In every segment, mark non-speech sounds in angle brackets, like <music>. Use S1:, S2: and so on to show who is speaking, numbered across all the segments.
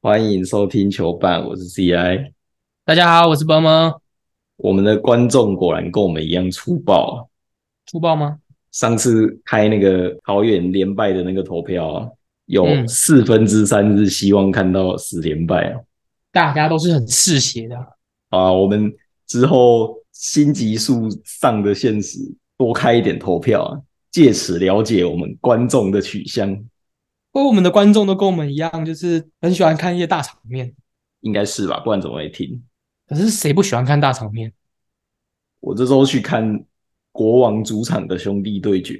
S1: 欢迎收听球伴，我是 CI。
S2: 大家好，我是波波。
S1: 我们的观众果然跟我们一样粗暴啊，
S2: 粗暴吗？
S1: 上次开那个桃园连败的那个投票啊，有
S2: 嗯
S1: 四分之三是希望看到十连败啊。
S2: 大家都是很嗜血的啊，
S1: 好啊，我们之后新集数上的限时多开一点投票啊，借此了解我们观众的取向，
S2: 不过我们的观众都跟我们一样，就是很喜欢看一些大场面。
S1: 应该是吧？不然怎么会听？
S2: 可是谁不喜欢看大场面？
S1: 我这周去看国王主场的兄弟对决，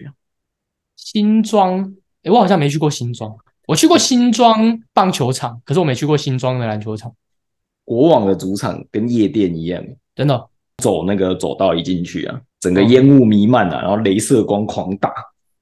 S2: 新庄，诶，我好像没去过新庄，我去过新庄棒球场，可是我没去过新庄的篮球场。
S1: 国王的主场跟夜店一样，
S2: 真的，哦
S1: 走那个走道一进去啊，整个烟雾弥漫啊，然后镭射光狂打，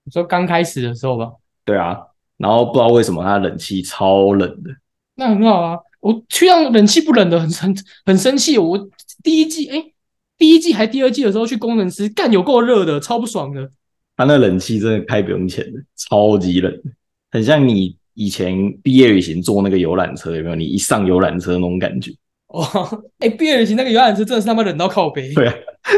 S2: 你说刚开始的时候吧，
S1: 对啊，然后不知道为什么它冷气超冷的，
S2: 那很好啊。我去让冷气不冷的很很很生气。我第一季，诶，第一季还第二季的时候去工程师，干有够热的，超不爽的。
S1: 它那冷气真的开不用钱的，超级冷的，很像你以前毕业旅行坐那个游览车，有没有？你一上游览车那种感觉， <laughs>
S2: 哦，哎，毕业旅行那个游览车真的是他妈冷到靠北。
S1: 对啊，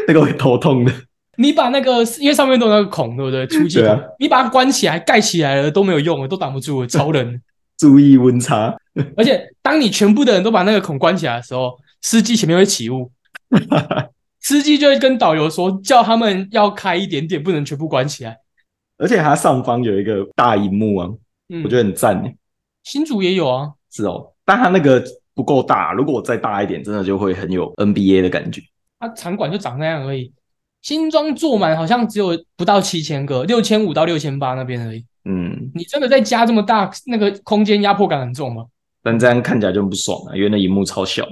S1: 那个会头痛的，
S2: 你把那个，因为上面都有那个孔，对不对？出气
S1: 对啊
S2: 孔，你把它关起来、盖起来了都没有用了，都挡不住了，
S1: <laughs>
S2: 超冷。
S1: 注意温差，
S2: 而且当你全部的人都把那个孔关起来的时候，司机前面会
S1: <laughs>
S2: 起雾，司机就会跟导游说，叫他们要开一点点，不能全部关起来。
S1: 而且它上方有一个大荧幕啊，
S2: 嗯，
S1: 我觉得很赞耶，
S2: 新竹也有啊，
S1: 是哦，但它那个不够大，如果再大一点，真的就会很有 NBA 的感觉。
S2: 它场馆就长那样而已。新庄坐满好像只有不到七千个，六千五到六千八那边而已。
S1: 嗯，
S2: 你真的再加这么大，那个空间压迫感很重吗？
S1: 但这样看起来就很不爽啊，因为那荧幕超小。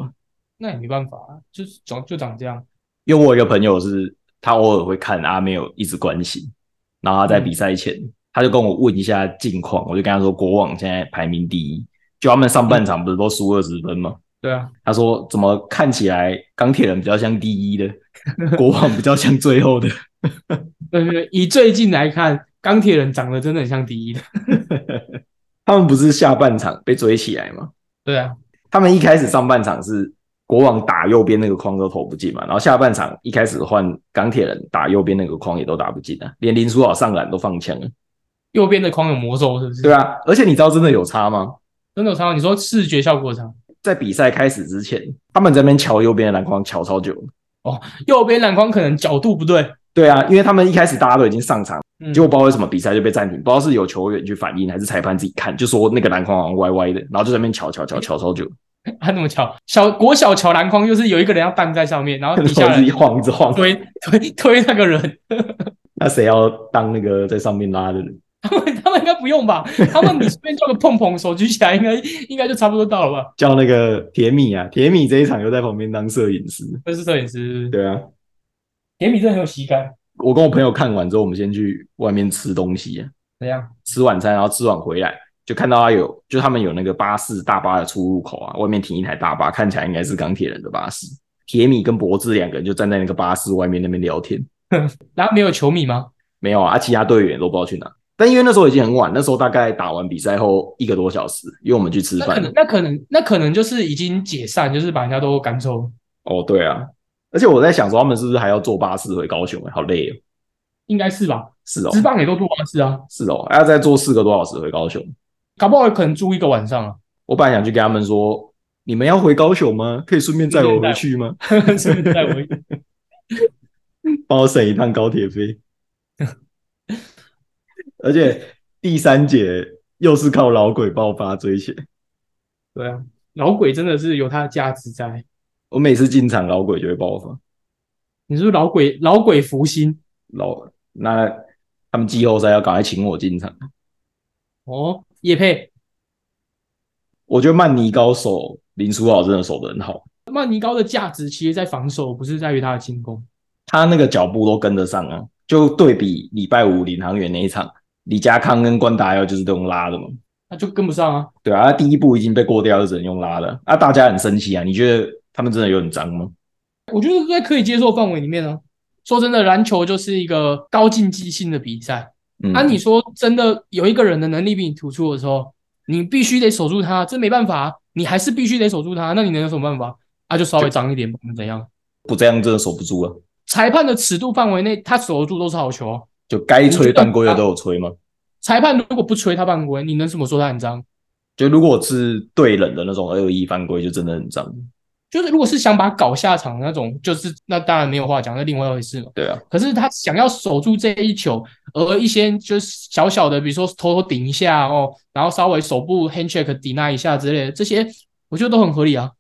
S2: 那也没办法啊，就是长就长这样。
S1: 因为我有一个朋友是，他偶尔会看，阿没有一直关心。然后他在比赛前，他就跟我问一下近况，我就跟他说，国网现在排名第一，就他们上半场不是都输二十分吗？
S2: 对啊，
S1: 他说怎么看起来钢铁人比较像第一的， <laughs> 国网比较像最后的。 <laughs>
S2: 对对对，以最近来看，钢铁人长得真的很像第一的。
S1: 他们不是下半场被追起来吗？
S2: 对啊，
S1: 他们一开始上半场是国王打右边那个框都投不进嘛，然后下半场一开始换钢铁人打右边那个框也都打不进啊，连林书豪上篮都放枪了。
S2: 右边的框有魔咒是不是？
S1: 对啊，而且你知道真的有差吗？
S2: 真的有差吗？你说视觉效果差？
S1: 在比赛开始之前，他们在那边瞧右边的篮筐瞧超久。
S2: 右边篮筐可能角度不对，
S1: 对啊，因为他们一开始大家都已经上场，
S2: 嗯
S1: 结果不知道为什么比赛就被暂停，不知道是有球员去反应还是裁判自己看，就说那个篮筐好像歪歪的，然后就在那边瞧瞧瞧瞧超久，
S2: 嗯他那么巧，小国小桥篮筐就是有一个人要荡在上面，然后
S1: 然
S2: 底
S1: 后
S2: 下
S1: 就是一
S2: 人
S1: 晃一直晃。
S2: 推推推那个人，
S1: 那谁要当那个在上面拉的人？
S2: 他们他们应该不用吧？他们你随便叫个碰碰手举起来，应该应该就差不多到了吧？
S1: 叫那个铁米啊，铁米这一场又在旁边当摄影师。
S2: 那是摄影师，
S1: 对啊，
S2: 铁米真的很有喜感，
S1: 我跟我朋友看完之后，我们先去外面吃东西、啊，
S2: 怎样？
S1: 吃晚餐，然后吃完回来就看到他有，就他们有那个巴士大巴的出入口啊，外面停一台大巴，看起来应该是钢铁人的巴士。铁米跟博智两个人就站在那个巴士外面那边聊天，
S2: 然后没有球迷吗？
S1: 没有啊，啊其他队员都不知道去哪。但因为那时候已经很晚，那时候大概打完比赛后一个多小时，因为我们去吃
S2: 那可
S1: 饭了
S2: 能，。那可能，那可能就是已经解散，就是把人家都赶走，
S1: 哦，对啊，而且我在想说，他们是不是还要坐巴士回高雄、好累哦。
S2: 应该是吧？
S1: 是哦，
S2: 职棒也都做巴士啊，
S1: 是哦，还要再坐四个多小时回高雄。
S2: 搞不好可能住一个晚上啊。 <laughs>
S1: 我本来想去跟他们说，你们要回高雄吗？可以顺便载我回去吗？ <laughs>
S2: 是不是在我？
S1: 帮我省一趟高铁费。而且第三节又是靠老鬼爆发追起来，
S2: 对啊，老鬼真的是有他的价值在。
S1: 我每次进场老鬼就会爆发。
S2: 你是不是老鬼老鬼福星
S1: 老那他们季后赛要赶快请我进场。
S2: 哦，叶佩
S1: 我觉得曼尼高手林书豪真的守得很好，
S2: 曼尼高的价值其实在防守，不是在于他的进攻。
S1: 他那个脚步都跟得上啊。就对比礼拜五领航员那一场，李家康跟关达耀就是这种拉的嘛。
S2: 他就跟不上啊！
S1: 对啊，他第一步已经被过掉，就只能用拉了。啊，大家很生气啊！你觉得他们真的有很脏吗？
S2: 我觉得在可以接受范围里面啊。说真的，篮球就是一个高竞技性的比赛，
S1: 嗯，
S2: 啊，你说真的有一个人的能力比你突出的时候，你必须得守住他，这没办法啊。你还是必须得守住他，那你能有什么办法？啊，就稍微脏一点，能怎样？
S1: 不这样真的守不住啊！
S2: 裁判的尺度范围内，他守得住都是好球啊。
S1: 就该吹犯规的都有吹吗？
S2: 裁判如果不吹他犯规，你能什么说他很脏？
S1: 就如果是对人的那种恶意犯规，就真的很脏。
S2: 就是如果是想把他搞下场的那种，就是那当然没有话讲，那另外一回事嘛。
S1: 对啊，
S2: 可是他想要守住这一球，而一些就是小小的，比如说偷偷顶一下哦，然后稍微手部 handshake 抵那一下之类的，这些我觉得都很合理啊。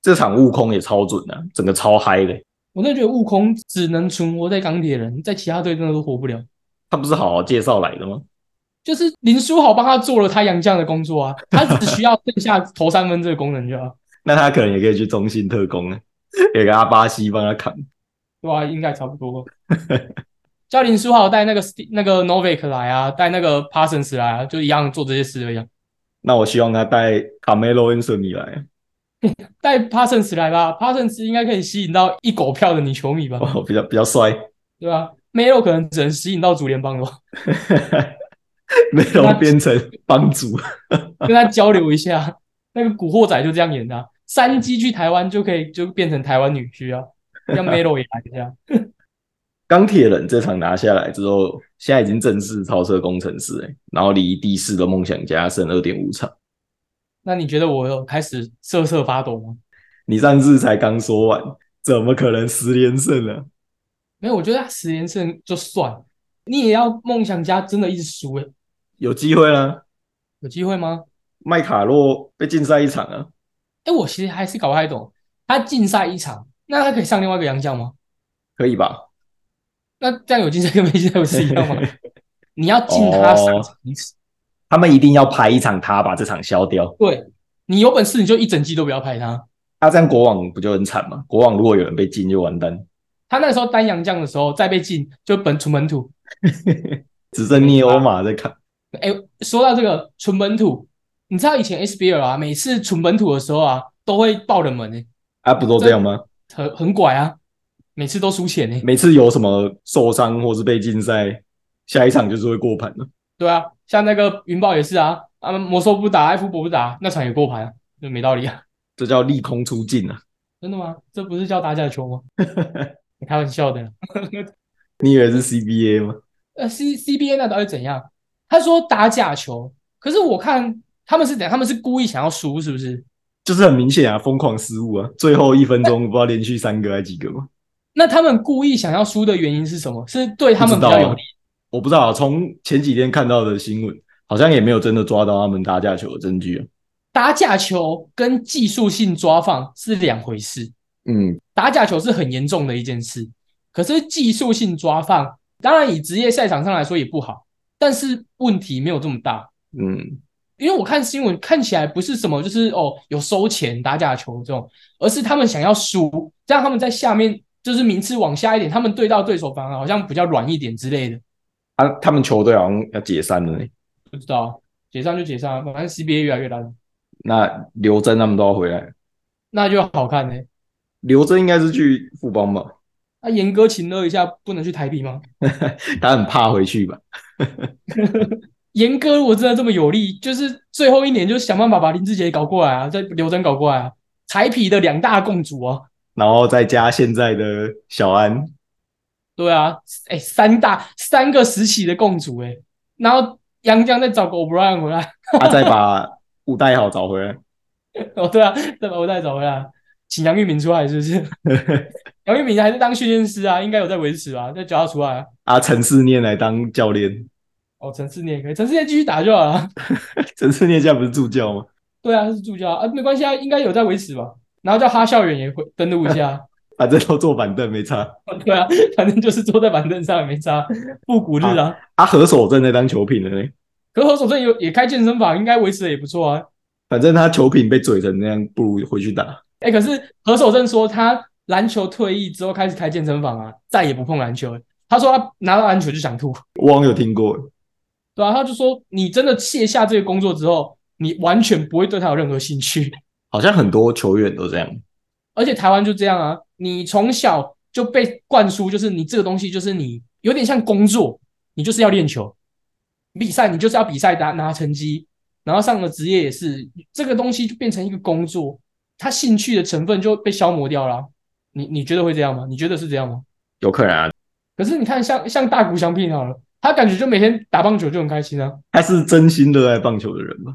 S1: 这场悟空也超准啊，整个超嗨的。
S2: 我真的觉得悟空只能存活在钢铁人，在其他队真的都活不了。
S1: 他不是好好介绍来的吗？
S2: 就是林书豪帮他做了他杨绛的工作啊，他只需要剩下投三分这个功能就好，
S1: 那他可能也可以去中信特工啊，有个阿巴西帮他扛。
S2: 对吧、应该差不多。叫林书豪带那个 Ste- 那个 Novak 来啊，带那个 Parsons 来啊，就一样做这些事啊一样。
S1: 那我希望他带卡梅罗恩索尼来，
S2: 带 Parsons 来吧，Parsons 应该可以吸引到一狗票的女球迷吧，
S1: 哦，比较比较帅。 <laughs>
S2: 对吧、梅洛可能只能吸引到主联邦了吧，
S1: 梅罗变成帮主，
S2: 跟他交流一下。那个古惑仔就这样演的、啊，山鸡去台湾就可以就变成台湾女婿啊，让梅洛也来一下。
S1: 钢铁人这场拿下来之后，现在已经正式超车工程师、欸，然后离第四的梦想家剩二点五场。
S2: 那你觉得我有开始瑟瑟发抖吗？
S1: 你上次才刚说完，怎么可能十连胜啊呢、
S2: 没有，我觉得他十连胜就算了，你也要梦想家真的一直输诶，
S1: 有机会啦，
S2: 有机会吗？
S1: 麦卡洛被禁赛一场啊，
S2: 哎，我其实还是搞不太懂，他禁赛一场，那他可以上另外一个洋将吗？
S1: 可以吧？
S2: 那这样有竞赛跟没竞赛不是一啊样吗？你要进他三场一次，
S1: <laughs> 他们一定要排一场他把这场消掉。
S2: 对你有本事你就一整季都不要拍他。
S1: 那、这样国王不就很惨吗？国王如果有人被禁就完蛋，
S2: 他那时候单洋将的时候再被进就本纯本土。
S1: 只剩涅欧马在看。
S2: 哎，说到这个纯本土，你知道以前 SBL 啊，每次纯本土的时候啊，都会爆冷门诶，
S1: 啊，不都这样吗？
S2: 很很拐啊，每次都输钱欸诶。
S1: 每次有什么受伤或是被禁赛，下一场就是会过盘的。
S2: 对啊，像那个云豹也是啊，啊魔兽不打，艾夫伯不打，那场也过盘啊，这没道理啊。
S1: 这叫利空出尽啊！
S2: 真的吗？这不是叫打假球吗？ <laughs> 你开玩笑的啦。
S1: 你以为是 CBA 吗？
S2: 呃，C CBA 那到底怎样？他说打假球，可是我看他们是怎样？他们是故意想要输，是不是？
S1: 就是很明显啊，疯狂失误啊！最后一分钟不知道连续三个还几个吗？
S2: 那他们故意想要输的原因是什么？是对他们
S1: 不知
S2: 比
S1: 道啊
S2: 较有利，
S1: 我不知道、啊，从前几天看到的新闻，好像也没有真的抓到他们打假球的证据啊。
S2: 打假球跟技术性抓放是两回事。
S1: 嗯，
S2: 打假球是很严重的一件事，可是技术性抓放，当然以职业赛场上来说也不好，但是问题没有这么大，
S1: 嗯，
S2: 因为我看新闻看起来不是什么就是哦有收钱打假球这种，而是他们想要输，让他们在下面就是名次往下一点，他们对到对手反而好像比较软一点之类的，
S1: 啊，他们球队好像要解散了、欸，
S2: 不知道解散就解散，啊反正 CBA 越来越烂，
S1: 那刘真他们都要回来。
S2: 那就好看呢、
S1: 刘真应该是去富邦吧？
S2: 那严哥请了一下，不能去台币吗？
S1: 他很怕回去吧？
S2: 严哥，如果真的这么有力，就是最后一年就想办法把林志杰搞过来啊，再刘真搞过来啊，台皮的两大共主啊，
S1: 然后再加现在的小安，
S2: 对啊，哎、三大三个时期的共主哎、然后杨绛再找个 O'Brien 回来， <laughs>
S1: 他、啊再把吴代豪找回来。 <laughs>
S2: 哦对啊，再把 o 再找回来，请杨玉明出来是不是？ <laughs> 杨玉明还是当训练师啊，应该有在维持吧，再叫他出来啊。
S1: 啊，陈世念来当教练，
S2: 哦，陈思念也可以，陈思念继续打就好了 <laughs> 啊。
S1: 陈世念现在不是助教吗？
S2: 对啊，他是助教啊，啊没关系啊，应该有在维持吧。然后叫哈校园也会登录一下啊。 <laughs>
S1: <laughs> 反正都坐板凳没差。
S2: 对啊，反正就是坐在板凳上也没差，复古日啊。
S1: 啊，何守正在当球评了呢，
S2: 可是何守正有也开健身房，应该维持的也不错啊。
S1: 反正他球评被嘴成那样，不如回去打。
S2: 哎、可是何守正说他篮球退役之后开始开健身房啊，再也不碰篮球了。他说他拿到篮球就想吐，
S1: 我好像有听过，
S2: 对啊，他就说你真的卸下这个工作之后，你完全不会对他有任何兴趣。
S1: 好像很多球员都这样。
S2: 而且台湾就这样啊，你从小就被灌输，就是你这个东西就是你有点像工作，你就是要练球，比赛你就是要比赛拿拿成绩，然后上了职业也是这个东西就变成一个工作，他兴趣的成分就被消磨掉了啊、你你觉得会这样吗？你觉得是这样吗？
S1: 有可能啊，
S2: 可是你看像像大谷翔平好了，他感觉就每天打棒球就很开心啊。
S1: 他是真心热爱棒球的人吧？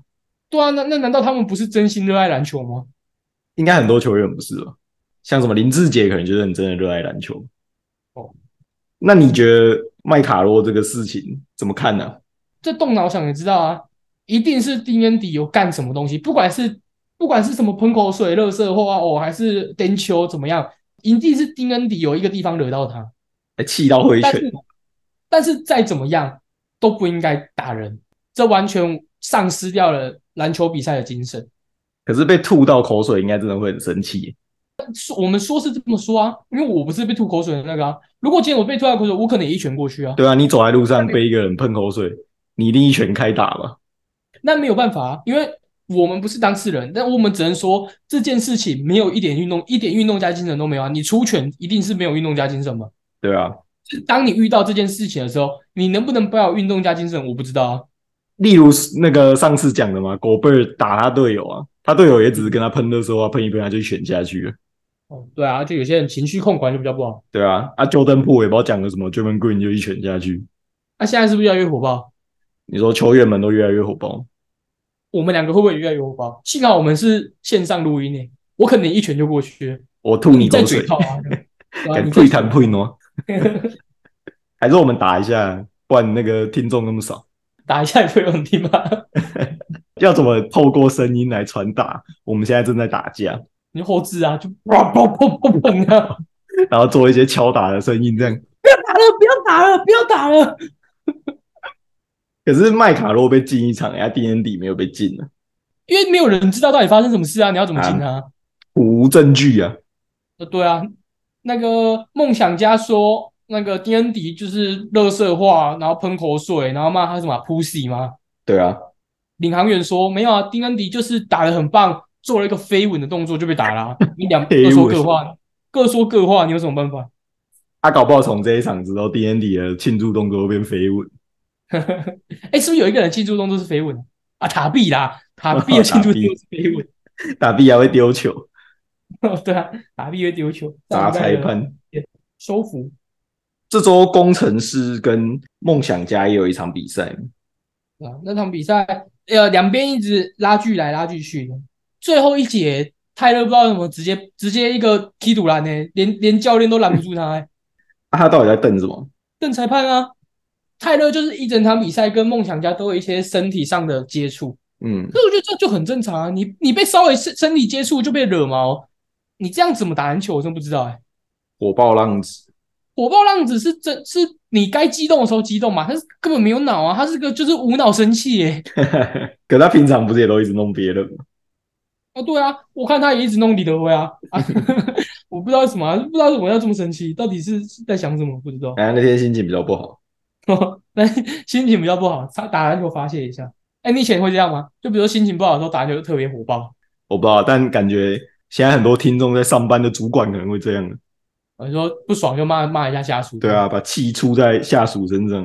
S2: 对啊，那那难道他们不是真心热爱篮球吗？
S1: 应该很多球员不是吧？像什么林志杰，可能就是很真的热爱篮球。
S2: 哦，
S1: 那你觉得麦卡洛这个事情怎么看呢、
S2: 这动脑想也知道啊，一定是丁恩迪有干什么东西，不管是不管是什么喷口水、热色话哦，还是颠球怎么样，一定是丁恩迪有一个地方惹到他。
S1: 还哎气到挥
S2: 但
S1: 拳
S2: 是，但是再怎么样都不应该打人，这完全丧失掉了篮球比赛的精神。
S1: 可是被吐到口水，应该真的会很生气。
S2: 说我们说是这么说啊，因为我不是被吐口水的那个啊。如果今天我被吐到口水，我可能也一拳过去啊。
S1: 对啊，你走在路上被一个人喷口水，你一定一拳开打吧？
S2: 那没有办法啊，因为我们不是当事人，但我们只能说这件事情没有一点运动，一点运动家精神都没有啊。你出拳一定是没有运动家精神嘛？
S1: 对啊，
S2: 是当你遇到这件事情的时候，你能不能抱有运动家精神，我不知道啊。
S1: 例如那个上次讲的嘛，狗贝尔打他队友啊，他队友也只是跟他喷的时候啊，喷一喷他就选下去了。
S2: 哦，对啊，就有些人情绪控管就比较不好。
S1: 对啊，啊，旧登破也不知道讲个什么，German Green 就一拳下去。
S2: 那、现在是不是越来越火爆？
S1: 你说球员们都越来越火爆，
S2: 我们两个会不会越来越火爆？幸好我们是线上录音呢、我可能一拳就过去了，
S1: 我吐你
S2: 再
S1: 口
S2: 嘴
S1: 水，
S2: 炮啊！
S1: <laughs>
S2: 对啊
S1: 敢
S2: 你
S1: 退
S2: 再
S1: 谈退
S2: <laughs>
S1: 喏，哦还是我们打一下，不然那个听众那么少，
S2: 打一下也不会有人听吧？
S1: 要怎么透过声音来传达我们现在正在打架，
S2: 你就后置啊，就砰砰砰砰砰啊！
S1: 然后做一些敲打的声音这样？
S2: 打了，不要打了，不要打了！
S1: 可是麦卡洛被禁一场，人家 D N D 没有被禁啊呢，
S2: 因为没有人知道到底发生什么事啊，你要怎么进他、啊？
S1: 无证据啊。
S2: 呃对啊，那个梦想家说那个丁恩迪就是乐色话，然后喷口水，然后骂他什么啊 pussy 吗？
S1: 对啊，
S2: 领航员说没有啊，丁恩迪就是打得很棒，做了一个飞吻的动作就被打了啊、你两
S1: <laughs> 飞
S2: 各
S1: 吻
S2: 说各话，各说各话，你有什么办法？
S1: 他啊搞不好从这一场之后，D N D 的庆祝动作会变飞吻，
S2: 哎、是不是有一个人庆祝动作是飞吻啊？塔比
S1: <laughs>
S2: 啦，塔比的庆祝动作是飞吻。
S1: 打 B 还会丢球，
S2: <laughs> 对啊，塔比会丢球，
S1: 砸裁判。
S2: 收服。
S1: 这周工程师跟梦想家也有一场比赛，
S2: 对啊，那场比赛，呃，两边一直拉锯来拉锯去的，最后一节泰勒不知道为什么直接直接一个踢堵拦呢，连连教练都拦不住他、欸， <laughs>
S1: 啊、他到底在瞪什么？
S2: 瞪裁判啊！泰勒就是一整场比赛跟梦想家都有一些身体上的接触，
S1: 嗯，
S2: 可是我觉得这就很正常啊，你你被稍微身身体接触就被惹毛，你这样怎么打篮球我真不知道哎、欸。
S1: 火爆浪子，
S2: 火爆浪子是真是你该激动的时候激动嘛，他是根本没有脑啊，他是个就是无脑生气哎、
S1: 可他平常不是也都一直弄别人吗？
S2: 哦，对啊，我看他也一直弄李德辉啊，啊 <laughs> 我不知道为什么啊、不知道为什么要这么生气，到底是是在想什么？不知道。 <laughs>
S1: 哎、那天心情比较不好，
S2: 那心情比较不好，打打篮球发泄一下。哎，你以前会这样吗？就比如说心情不好的时候，打篮球就特别火爆。
S1: 我不知道，但感觉现在很多听众在上班的主管可能会这样，
S2: 我就呃说不爽就骂骂一下下属。
S1: 对啊，把气出在下属身上，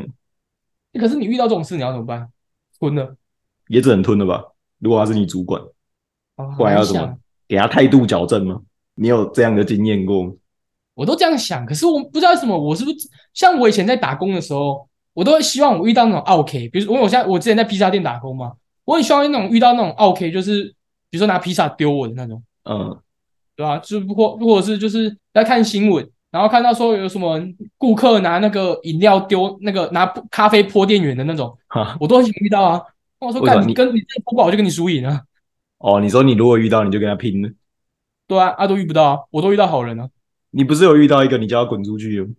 S2: 欸。可是你遇到这种事，你要怎么办？昏了，
S1: 也只能吞了吧。如果他是你主管，
S2: 啊
S1: 不然
S2: 好
S1: 要
S2: 难
S1: 怎么
S2: 想？
S1: 给他态度矫正吗？你有这样的经验过吗？
S2: 我都这样想，可是我不知道为什么，我是不是像我以前在打工的时候，我都会希望我遇到那种 OK，比如说因为我现在我之前在披萨店打工嘛，我很希望那种遇到那种 OK，就是比如说拿披萨丢我的那种，
S1: 嗯，
S2: 对吧、就不或或者是就是在看新闻，然后看到说有什么顾客拿那个饮料丢那个拿咖啡泼店员的那种，
S1: 哈，
S2: 我都很想遇到啊。那我说
S1: 为什么
S2: 干你
S1: 你
S2: 跟你这泼不好，我就跟你输赢啊，
S1: 哦，你说你如果遇到，你就跟他拼了。
S2: 对啊，啊都遇不到啊，我都遇到好人啊，
S1: 你不是有遇到一个你叫他滚出去的吗？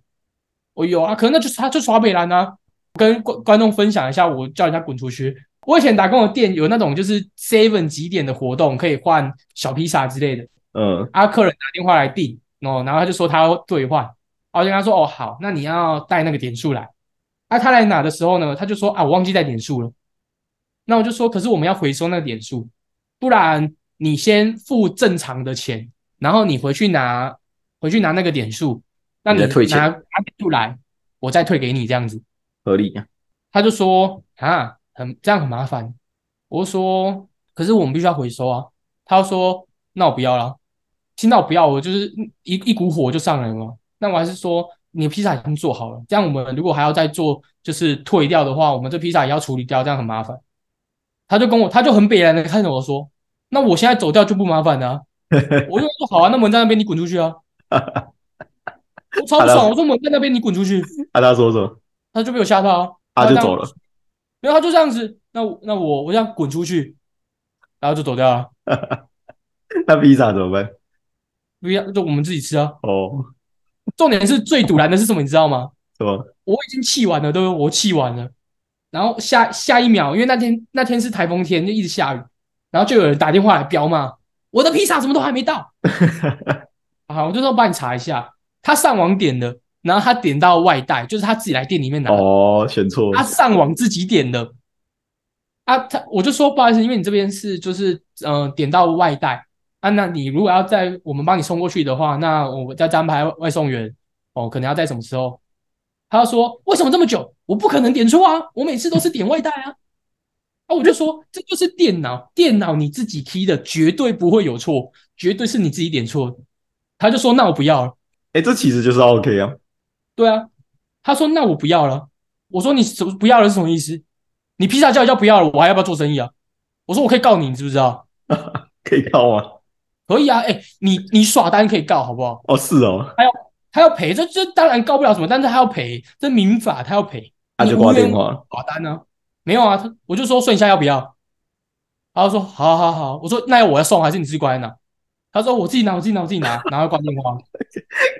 S2: 我有啊，可能那就是他就耍北兰啊。跟观观众分享一下，我叫人家滚出去。我以前打工的店有那种就是 seven 几点的活动，可以换小披萨之类的。
S1: 嗯，
S2: 啊，客人打电话来订哦，然后他就说他要兑换，然后我就跟他说哦好，那你要带那个点数来。啊，他来拿的时候呢，他就说啊我忘记带点数了。那我就说可是我们要回收那个点数，不然你先付正常的钱，然后你回去拿回去拿那个点数，那
S1: 你
S2: 你
S1: 再退钱
S2: 拿拿点数来，我再退给你这样子。
S1: 合理啊。
S2: 他就说啊很这样很麻烦。我就说，可是我们必须要回收啊。他就说，那我不要了。听到不要，我就是一一股火就上来了嘛。那我还是说，你披萨已经做好了，这样我们如果还要再做，就是退掉的话，我们这披萨也要处理掉，这样很麻烦。他就跟我，他就很北然的看着我说，那我现在走掉就不麻烦了、啊。我就说好啊，那门在那边，你滚出去啊！我超不爽，我说门在那边，你滚出去。
S1: 啊，他说什么？
S2: 他就被我吓到啊，
S1: 他就走了。
S2: 没有，他就这样子。那我那我我这样滚出去，然后就走掉啊了。
S1: <laughs> 那披萨怎么办？
S2: 不要，就我们自己吃啊。
S1: 哦，
S2: 重点是最堵然的是什么，你知道吗？
S1: 什么？
S2: 我已经气完了，对不对？我气完了。然后下下一秒，因为那天那天是台风天，就一直下雨，然后就有人打电话来飙骂我的披萨怎么都还没到。啊，我就说帮你查一下，他上网点的，然后他点到外带，就是他自己来店里面拿的。
S1: 哦，选错了
S2: 他。上网自己点的。啊，他我就说不好意思，因为你这边是就是嗯、呃点到外带啊，那你如果要在我们帮你送过去的话，那我们再安排外送员哦，可能要在什么时候？他就说为什么这么久？我不可能点错啊，我每次都是点外带啊。啊，我就说这就是电脑，电脑你自己 key 的，绝对不会有错，绝对是你自己点错的。他就说那我不要了。
S1: 哎、这其实就是 OK 啊。
S2: 对啊，他说那我不要了。我说你什么不要了是什么意思？你披萨叫一叫不要了，我还要不要做生意啊？我说我可以告你，你知不知道？
S1: 可以告吗？
S2: 可以啊，哎、你你耍单可以告好不好？
S1: 哦，是哦，
S2: 他要赔，这这当然告不了什么，但是他要赔，这民法他要赔。
S1: 他就挂电话了。
S2: 耍单呢、没有啊，他我就说剩下要不要？然后说好好好，我说那要我要送还是你自己过来拿？他说我自己拿，我自己拿，我自己拿， <laughs> 然后挂电话，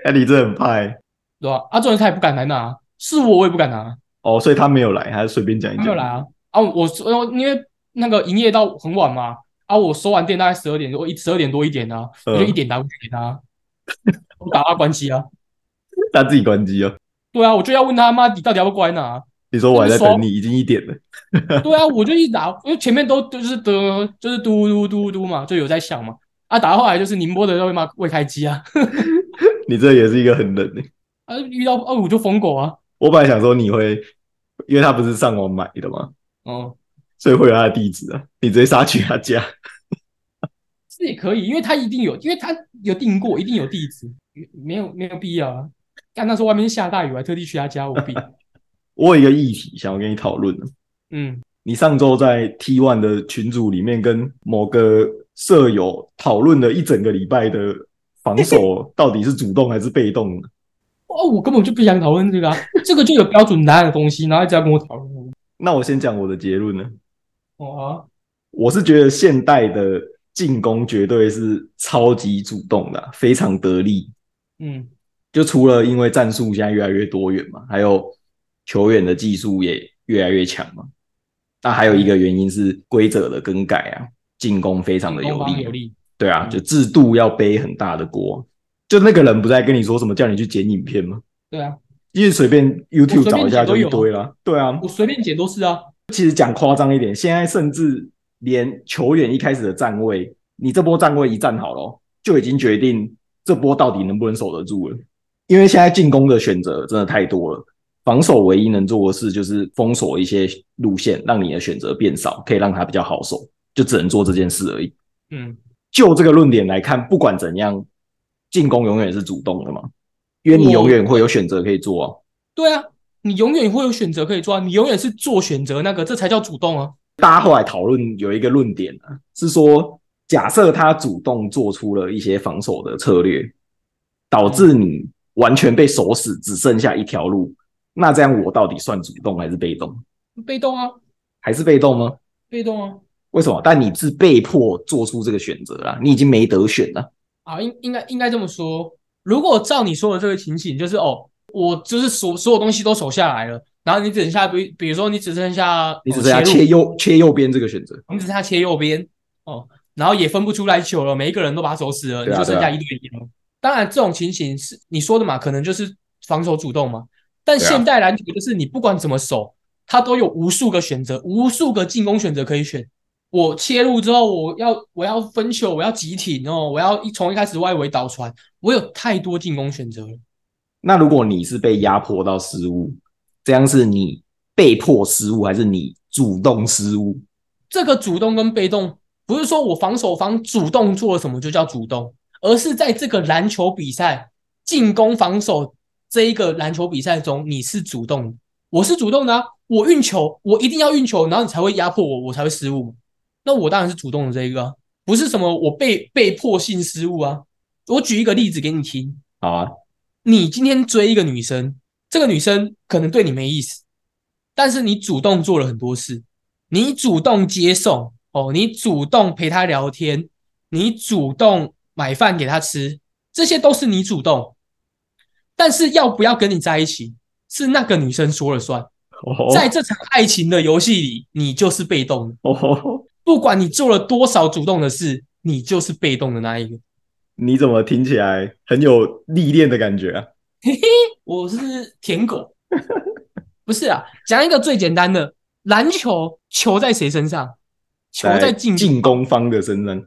S1: 那、你真的很怕欸、
S2: 对吧？啊，重点他也不敢来拿，是我我也不敢拿。啊
S1: 哦，所以他没有来，他就随便讲一
S2: 他
S1: 讲。
S2: 没有来啊啊！我说因为那个营业到很晚嘛，啊，我收完店大概十二点，我一十二点多一点啊，
S1: 嗯
S2: 我就一点打过去给他，我打他关机啊。
S1: 他自己关机哦。
S2: 对啊，我就要问他妈你到底要不要过来拿？
S1: 你说我还在等你，已经一点了。
S2: 对啊，我就一打，因为前面都就是的，就是嘟嘟嘟嘟嘛，就有在响嘛。啊，打到后来就是宁波的都会骂未开机啊，
S1: 你这也是一个很冷的、
S2: 啊遇到啊我就疯狗啊，
S1: 我本来想说你会，因为他不是上网买的嘛，
S2: 哦、
S1: 所以会有他的地址啊。你直接杀去他家，
S2: 这也可以，因为他一定有，因为他有订过，一定有地址，没有没有必要啊。但那时候外面下大雨，我还特地去他家，我比
S1: 我有一个议题想要跟你讨论。
S2: 嗯。
S1: 你上周在 T One 的群组里面跟某个舍友讨论了一整个礼拜的防守到底是主动还是被动的，
S2: 哦，我根本就不想讨论这个啊，这个就有标准答案的东西，然后一直要跟我讨论。
S1: 那我先讲我的结论呢。
S2: 哦
S1: 我是觉得现代的进攻绝对是超级主动的啊、非常得力。
S2: 啊，嗯
S1: 就除了因为战术现在越来越多元嘛，还有球员的技术也越来越强嘛。那还有一个原因是规则的更改啊，进攻非常的有
S2: 东
S1: 力
S2: 方
S1: 啊，
S2: 有利，
S1: 对啊，
S2: 嗯
S1: 就制度要背很大的锅。就那个人不在跟你说什么叫你去剪影片吗？
S2: 对啊，
S1: 因为随便 YouTube
S2: 随便
S1: 找一下
S2: 剪都
S1: 就一
S2: 有啊
S1: 堆啦。对啊，
S2: 我随便解都是啊，
S1: 其实讲夸张一点，现在甚至连球员一开始的站位，你这波站位一站好了，就已经决定这波到底能不能守得住了。因为现在进攻的选择真的太多了，防守唯一能做的事就是封锁一些路线，让你的选择变少，可以让它比较好守，就只能做这件事而已。
S2: 嗯
S1: 就这个论点来看，不管怎样，进攻永远是主动的嘛，因为你永远会有选择可以做啊。
S2: 对啊，你永远会有选择可以做啊，你永远是做选择那个，这才叫主动啊。
S1: 大家后来讨论有一个论点啊，是说假设他主动做出了一些防守的策略，导致你完全被守死，只剩下一条路，那这样我到底算主动还是被动？
S2: 被动啊，
S1: 还是被动吗？
S2: 被动啊，
S1: 为什么？但你是被迫做出这个选择啦，你已经没得选了。
S2: 啊，应应该应该这么说。如果照你说的这个情形，就是哦，我就是所所有东西都守下来了，然后你只剩下，比比如说你只剩下，
S1: 你只
S2: 哦
S1: 剩下
S2: 切入
S1: 切右切右边这个选择。
S2: 你只剩下切右边哦，然后也分不出来球了，每一个人都把手死了，
S1: 对啊
S2: 你就剩下一对一了。当然，这种情形是你说的嘛，可能就是防守主动嘛。但
S1: 对啊
S2: 现代篮球就是你不管怎么守，它都有无数个选择，无数个进攻选择可以选。我切入之后，我要我要分球，我要集体哦，我要一从一开始外围倒传，我有太多进攻选择了。
S1: 那如果你是被压迫到失误，这样是你被迫失误还是你主动失误？
S2: 这个主动跟被动，不是说我防守方主动做了什么就叫主动，而是在这个篮球比赛进攻防守这一个篮球比赛中，你是主动的，我是主动的啊，我运球，我一定要运球，然后你才会压迫我，我才会失误。那我当然是主动的这一个啊，不是什么我被被迫性失误啊。我举一个例子给你听，
S1: 好啊，
S2: 你今天追一个女生，这个女生可能对你没意思，但是你主动做了很多事，你主动接送哦，你主动陪她聊天，你主动买饭给她吃，这些都是你主动。但是要不要跟你在一起，是那个女生说了算。
S1: 哦
S2: 在这场爱情的游戏里，你就是被动的，
S1: 哦，
S2: 不管你做了多少主动的事，你就是被动的那一个。
S1: 你怎么听起来很有历练的感觉啊？
S2: 我是舔狗，不是啊，讲一个最简单的，篮球球在谁身上？球在进
S1: 进攻方的身上，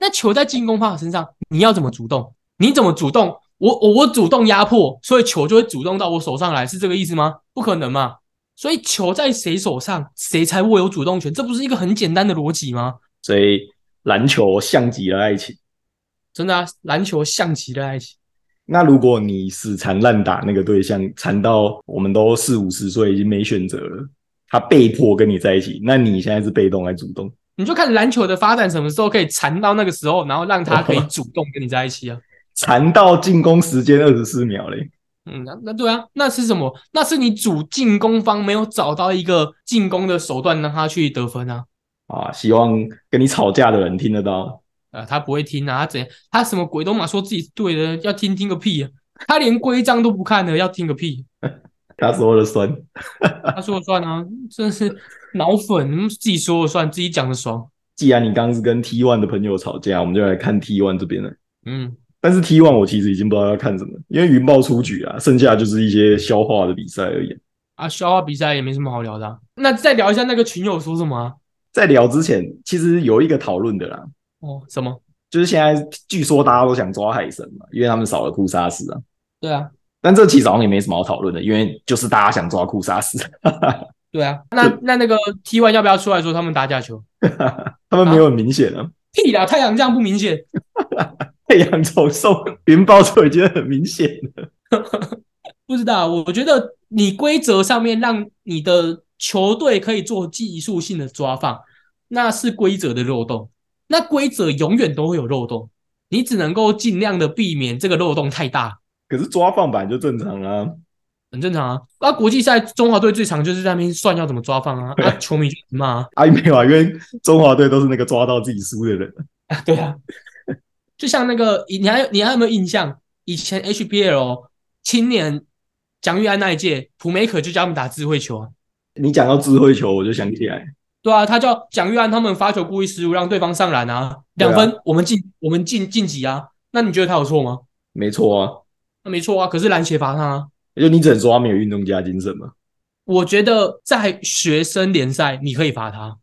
S2: 那球在进攻方的身上，你要怎么主动？你怎么主动？我我我主动压迫，所以球就会主动到我手上来，是这个意思吗？不可能嘛！所以球在谁手上，谁才握有主动权，这不是一个很简单的逻辑吗？
S1: 所以篮球像极了爱情。
S2: 真的啊，篮球像极了爱情。
S1: 那如果你死缠烂打那个对象，缠到我们都四五十岁已经没选择了，他被迫跟你在一起，那你现在是被动还是主动？
S2: 你就看篮球的发展什么时候可以缠到那个时候，然后让他可以主动跟你在一起啊。
S1: 缠到进攻时间二十四秒嘞，
S2: 嗯，那那对啊，那是什么？那是你主进攻方没有找到一个进攻的手段让他去得分啊。
S1: 啊！希望跟你吵架的人听得到。
S2: 呃，他不会听啊，他怎样？他什么鬼都嘛说自己是对的，要听听个屁啊！他连规章都不看的，要听个屁？
S1: 他说了算，
S2: 他说了算啊，真是脑粉，自己说了算，自己讲的爽。
S1: 既然你刚刚是跟 T One 的朋友吵架，我们就来看 T One 这边了。
S2: 嗯，
S1: 但是 T One 我其实已经不知道要看什么，因为云豹出局啊，剩下就是一些消化的比赛而已。
S2: 啊，消化比赛也没什么好聊的啊、那再聊一下那个群友说什么啊？
S1: 在聊之前，其实有一个讨论的啦，
S2: 哦，什么？
S1: 就是现在据说大家都想抓海神嘛，因为他们少了库沙斯啊。
S2: 对啊，
S1: 但这其实好像也没什么好讨论的，因为就是大家想抓库沙斯， <laughs>
S2: 对啊。那那那个 T One 要不要出来说他们打假球？
S1: 他们没有很明显 <laughs> 啊。
S2: 屁啦，太阳这样不明显。
S1: 太阳走送云豹就已经很明显了。
S2: 不知道，我觉得你规则上面让你的球队可以做技术性的抓放，那是规则的漏洞。那规则永远都会有漏洞，你只能够尽量的避免这个漏洞太大，
S1: 可是抓放版就正常啊，
S2: 很正常啊。那、国际赛中华队最常就是在那边算要怎么抓 <laughs> 放啊，啊，球迷就骂啊，
S1: <laughs> 啊没有啊，因为中华队都是那个抓到自己输的人。
S2: 啊对啊，就像那个你还你还有没有印象？以前 HBL 青年蒋玉安那一届，普梅可就教他们打智慧球啊。
S1: 你讲到智慧球，我就想起来，
S2: 对啊，他叫蒋玉安他们发球故意失误，让对方上篮啊，
S1: 对啊
S2: 两分、我们进我们进晋级啊，那你觉得他有错吗？
S1: 没错啊，
S2: 那没错啊，可是篮协罚他、啊。
S1: 就你只能说他没有运动家精神嘛。
S2: 我觉得在学生联赛你可以罚他，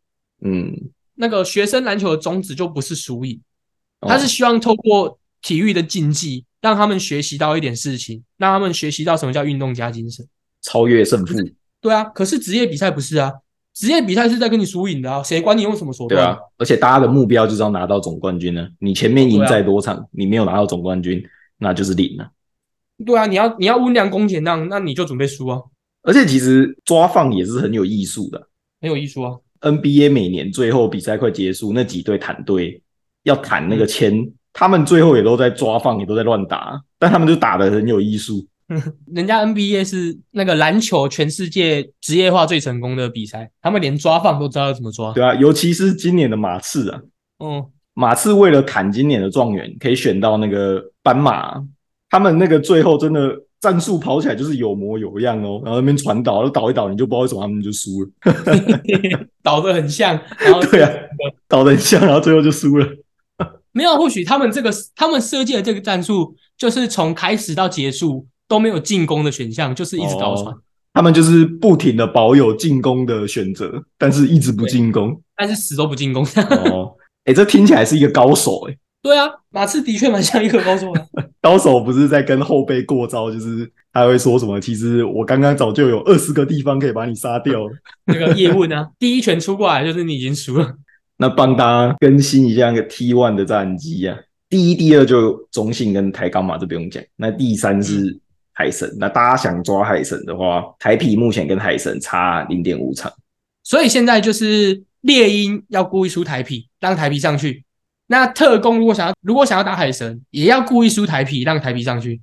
S1: 嗯，
S2: 那个学生篮球的宗旨就不是输赢，
S1: 哦
S2: 他是希望透过体育的竞技让他们学习到一点事情，让他们学习到什么叫运动加精神。
S1: 超越胜负，
S2: 对啊，可是职业比赛不是啊，职业比赛是在跟你输赢的啊，谁管你用什么手
S1: 对
S2: 段？
S1: 啊，而且大家的目标就是要拿到总冠军呢、你前面赢再多场，你没有拿到总冠军，那就是零了、
S2: 对啊，你要你要温良恭俭让，那你就准备输啊，
S1: 而且其实抓放也是很有艺术的。
S2: 很有艺术啊。
S1: NBA 每年最后比赛快结束，那几队坦队要坦那个签，他们最后也都在抓放，也都在乱打，但他们就打得很有艺术。
S2: 人家 NBA 是那个篮球全世界职业化最成功的比赛，他们连抓放都知道要怎么抓。
S1: 对啊，尤其是今年的马刺啊，
S2: 嗯，
S1: 马刺为了砍今年的状元，可以选到那个斑马，他们那个最后真的战术跑起来就是有模有样哦，然后那边传导，然后倒一倒，你就不知道为什么他们就输了。
S2: 倒得很像，然后
S1: 对啊，倒得很像，然后最后就输了。
S2: 没有，或许他们这个他们设计的这个战术，就是从开始到结束都没有进攻的选项，就是一直倒传，
S1: 哦他们就是不停的保有进攻的选择，但是一直不进攻。
S2: 但是死都不进攻。 <laughs>
S1: 哦，哎、这听起来是一个高手哎、
S2: 对啊，马刺的确蛮像一颗高中啊的。
S1: 高手不是在跟后辈过招，就是他会说什么？其实我刚刚早就有二十个地方可以把你杀掉了。
S2: 那个叶问啊， <laughs> 第一拳出过来就是你已经输了。
S1: 那帮大家更新一下那个 T one 的战绩啊，第一、第二就中信跟台钢嘛，这不用讲。那第三
S2: 嗯
S1: 是海神，那大家想抓海神的话，台啤目前跟海神差零点五场。
S2: 所以现在就是猎鹰要故意输台皮，让台皮上去；那特工如果想要如果想要打海神，也要故意输台皮，让台皮上去。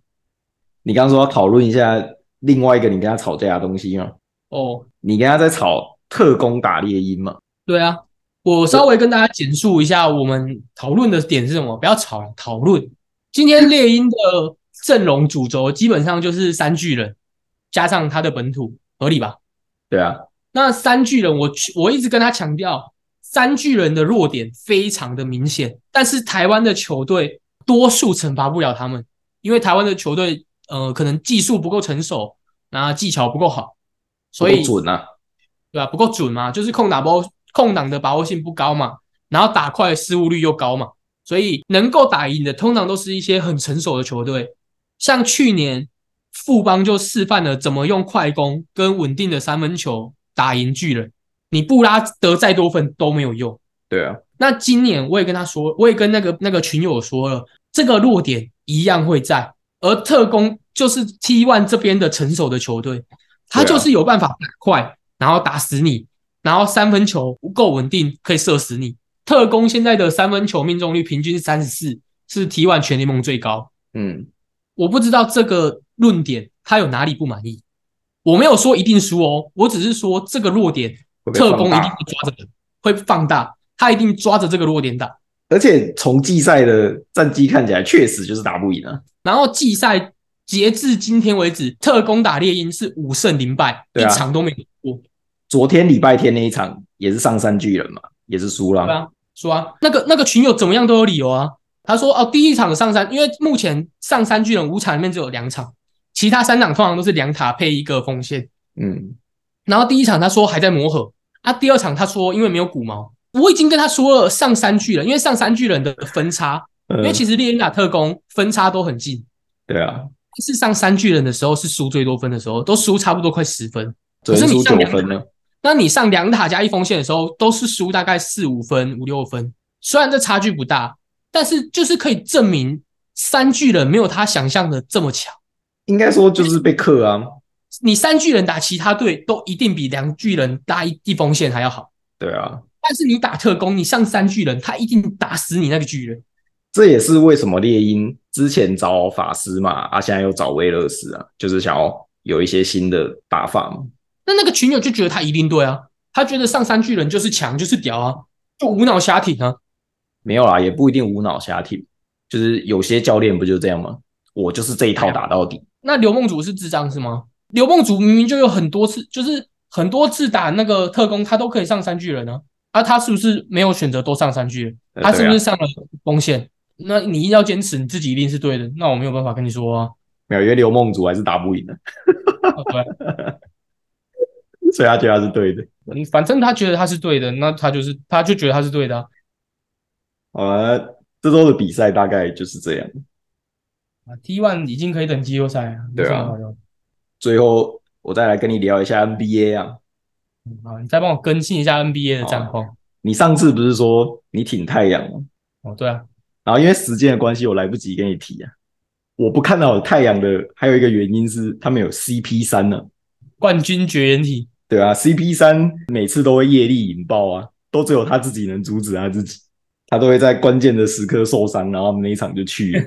S1: 你刚刚说要讨论一下另外一个你跟他吵架的东西吗？
S2: 哦，
S1: 你跟他在吵特工打猎鹰嘛？
S2: 对啊，我稍微跟大家简述一下我们讨论的点是什么，不要吵了，讨论。今天猎鹰的阵容主轴基本上就是三巨人，加上他的本土，合理吧？
S1: 对啊，
S2: 那三巨人我，我一直跟他强调，三巨人的弱点非常的明显，但是台湾的球队多数惩罚不了他们，因为台湾的球队呃可能技术不够成熟，那技巧不够好，所以
S1: 不准啊。
S2: 对吧、不够准嘛，就是空打包空档的把握性不高嘛，然后打快的失误率又高嘛，所以能够打赢的通常都是一些很成熟的球队，像去年富邦就示范了怎么用快攻跟稳定的三分球打赢巨人，你布拉得再多分都没有用。
S1: 对啊，
S2: 那今年我也跟他说，我也跟那个那个群友说了，这个弱点一样会在，而特工就是 T one 这边的成熟的球队，他
S1: 对啊
S2: 就是有办法打快，然后打死你，然后三分球不够稳定，可以射死你。特工现在的三分球命中率平均三十四，是 T one 全联盟最高。
S1: 嗯，
S2: 我不知道这个论点他有哪里不满意，我没有说一定输哦，我只是说这个弱点
S1: 会被
S2: 特工一
S1: 放
S2: 定
S1: 大
S2: 会抓着的，会放大，他一定抓着这个弱点打。
S1: 而且从季赛的战绩看起来，确实就是打不赢啊。
S2: 然后季赛截至今天为止，特工打猎鹰是五胜零败，
S1: 对
S2: 一
S1: 啊
S2: 场都没赢过，
S1: 昨天礼拜天那一场也是上山巨人嘛，也是输了。
S2: 对啊，说啊，那个那个群友怎么样都有理由啊。他说哦，第一场上山，因为目前上山巨人五场里面只有两场，其他三场通常都是两塔配一个锋线。
S1: 嗯，
S2: 然后第一场他说还在磨合，啊，第二场他说因为没有骨毛，我已经跟他说了上山巨人，因为上山巨人的分差，因
S1: 因
S2: 为其实猎鹰打特工分差都很近，
S1: 嗯对啊，
S2: 是上山巨人的时候是输最多分的时候，都输差不多快十分。
S1: 昨天
S2: 可是
S1: 输
S2: 你上
S1: 九
S2: 两
S1: 分了。
S2: 那你上两塔加一锋线的时候，都是输大概四五分、五六分，虽然这差距不大，但是就是可以证明三巨人没有他想象的这么强。
S1: 应该说就是被克啊。
S2: 你三巨人打其他队都一定比两巨人打一一锋线还要好，
S1: 对啊，
S2: 但是你打特工，你上三巨人，他一定打死你那个巨人。
S1: 这也是为什么猎鹰之前找法师嘛，啊，现在又找威勒斯啊，就是想要有一些新的打法嘛。
S2: 那那个群友就觉得他一定对啊，他觉得上三巨人就是强，就是屌啊，就无脑瞎挺啊。
S1: 没有啦，也不一定无脑瞎挺，就是有些教练不就这样吗？我就是这一套打到底。
S2: 那刘梦竹是智障是吗？刘梦竹明明就有很多次，就是很多次打那个特工，他都可以上三巨人呢、啊。啊，他是不是没有选择都上三巨人？
S1: 呃
S2: 他是不
S1: 对
S2: 是
S1: 啊
S2: 上了锋线？那你一定要坚持，你自己一定是对的。那我没有办法跟你说啊。
S1: 没有，因为刘梦竹还是打不赢的， <laughs>
S2: 啊对，
S1: 所以他觉得他是对的。
S2: 嗯反正他觉得他是对的，那他就是他就觉得他是对的、啊。
S1: 好啊，这周的比赛大概就是这样。
S2: 啊 T one 已经可以等季后赛了，
S1: 对啊
S2: 没什么好聊的
S1: 最后我再来跟你聊一下 NBA 啊。
S2: 嗯好，你再帮我更新一下 NBA 的战况。
S1: 你上次不是说你挺太阳吗？
S2: 哦，对啊，
S1: 然后因为时间的关系，我来不及跟你提啊。我不看好太阳的还有一个原因是他们有 CP 三呢、
S2: 冠军绝缘体。
S1: 对啊，CP 三每次都会业力引爆啊，都只有他自己能阻止他自己，他都会在关键的时刻受伤，然后他们那一场就去了。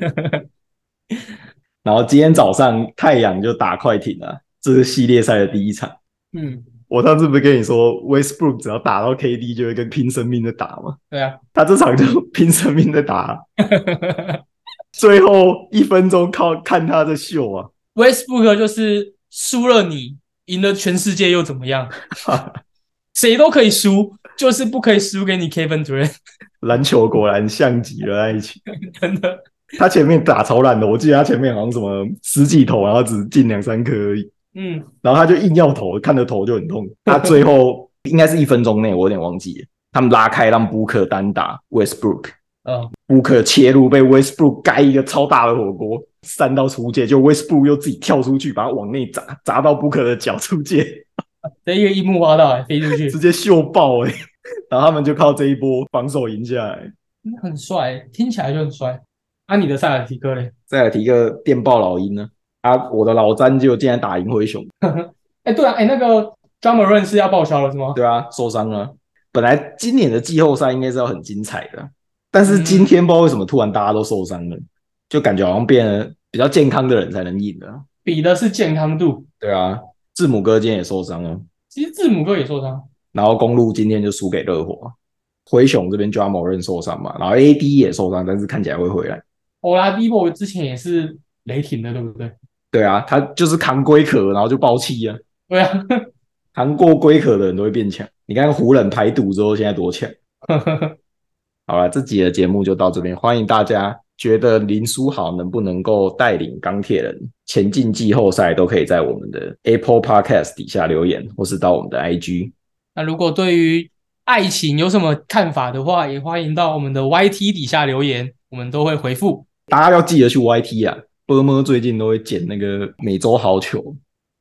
S1: 然后今天早上太阳就打快艇啊，这是系列赛的第一场。
S2: 嗯，
S1: 我上次不是跟你说，Westbrook 只要打到 KD 就会跟拼生命的打吗？<laughs>
S2: 对啊，
S1: 他这场就拼生命的打，啊最后一分钟靠看他的秀啊，
S2: Westbrook 就是输了你，赢了全世界又怎么 <laughs> 样？谁都可以输，就是不可以输给你 Kevin Durant， <laughs>
S1: 篮球果然像极了爱情。
S2: 真的。
S1: 他前面打超烂的，我记得他前面好像什么十几投，然后只进两三颗而已，
S2: 嗯，
S1: 然后他就硬要投，看着头就很痛。他最后应该是一分钟内，我有点忘记了，他们拉开让布克单打 Westbrook，
S2: 嗯，
S1: 布克切入被 Westbrook 盖一个超大的火锅，三到出界，就 Westbrook 又自己跳出去，把它往内砸，砸到布克的脚出界，
S2: 这一个一木挖到、欸、飞出去
S1: 直，接秀爆哎、然后他们就靠这一波防守赢下来。
S2: 很帅、欸，听起来就很帅。啊，你的塞尔提克嘞？
S1: 再来提一个电报老鹰呢，啊，我的老詹就竟然打赢灰熊，
S2: 哎、对啊，哎、那个 j a m a r a n 是要报销了是吗？
S1: 对啊，受伤了。本来今年的季后赛应该是要很精彩的，但是今天不知道为什么突然大家都受伤了，就感觉好像变得比较健康的人才能赢了。
S2: 比的是健康度。
S1: 对啊，字母哥今天也受伤了，
S2: 其实字母哥也受伤，
S1: 然后公路今天就输给热火，灰熊这边就要某人受伤嘛，然后 AD 也受伤，但是看起来会回来。
S2: 欧拉迪波之前也是雷霆的，对不对？
S1: 对啊，他就是扛龟壳，然后就爆气啊，
S2: 对啊，
S1: 扛过龟壳的人都会变强。你看湖人排毒之后现在多强。好了，这集的节目就到这边，欢迎大家觉得林书豪能不能够带领钢铁人前进季后赛，都可以在我们的 Apple Podcast 底下留言，或是到我们的 IG。
S2: 那如果对于爱情有什么看法的话，也欢迎到我们的 YT 底下留言，我们都会回复。
S1: 大家要记得去 YT 啊，波波最近都会剪那个每周好球，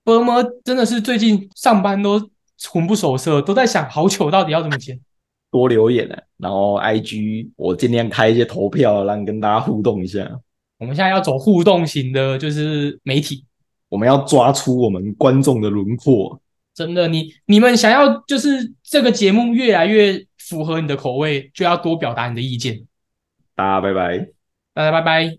S2: 波么真的是最近上班都魂不守舍，都在想好球到底要怎么剪。
S1: 多留言啊，然后 IG 我尽量开一些投票，啊让跟大家互动一下。
S2: 我们现在要走互动型的，就是媒体。
S1: 我们要抓出我们观众的轮廓，
S2: 真的，你你们想要就是这个节目越来越符合你的口味，就要多表达你的意见。
S1: 大家拜拜。
S2: 大家拜拜。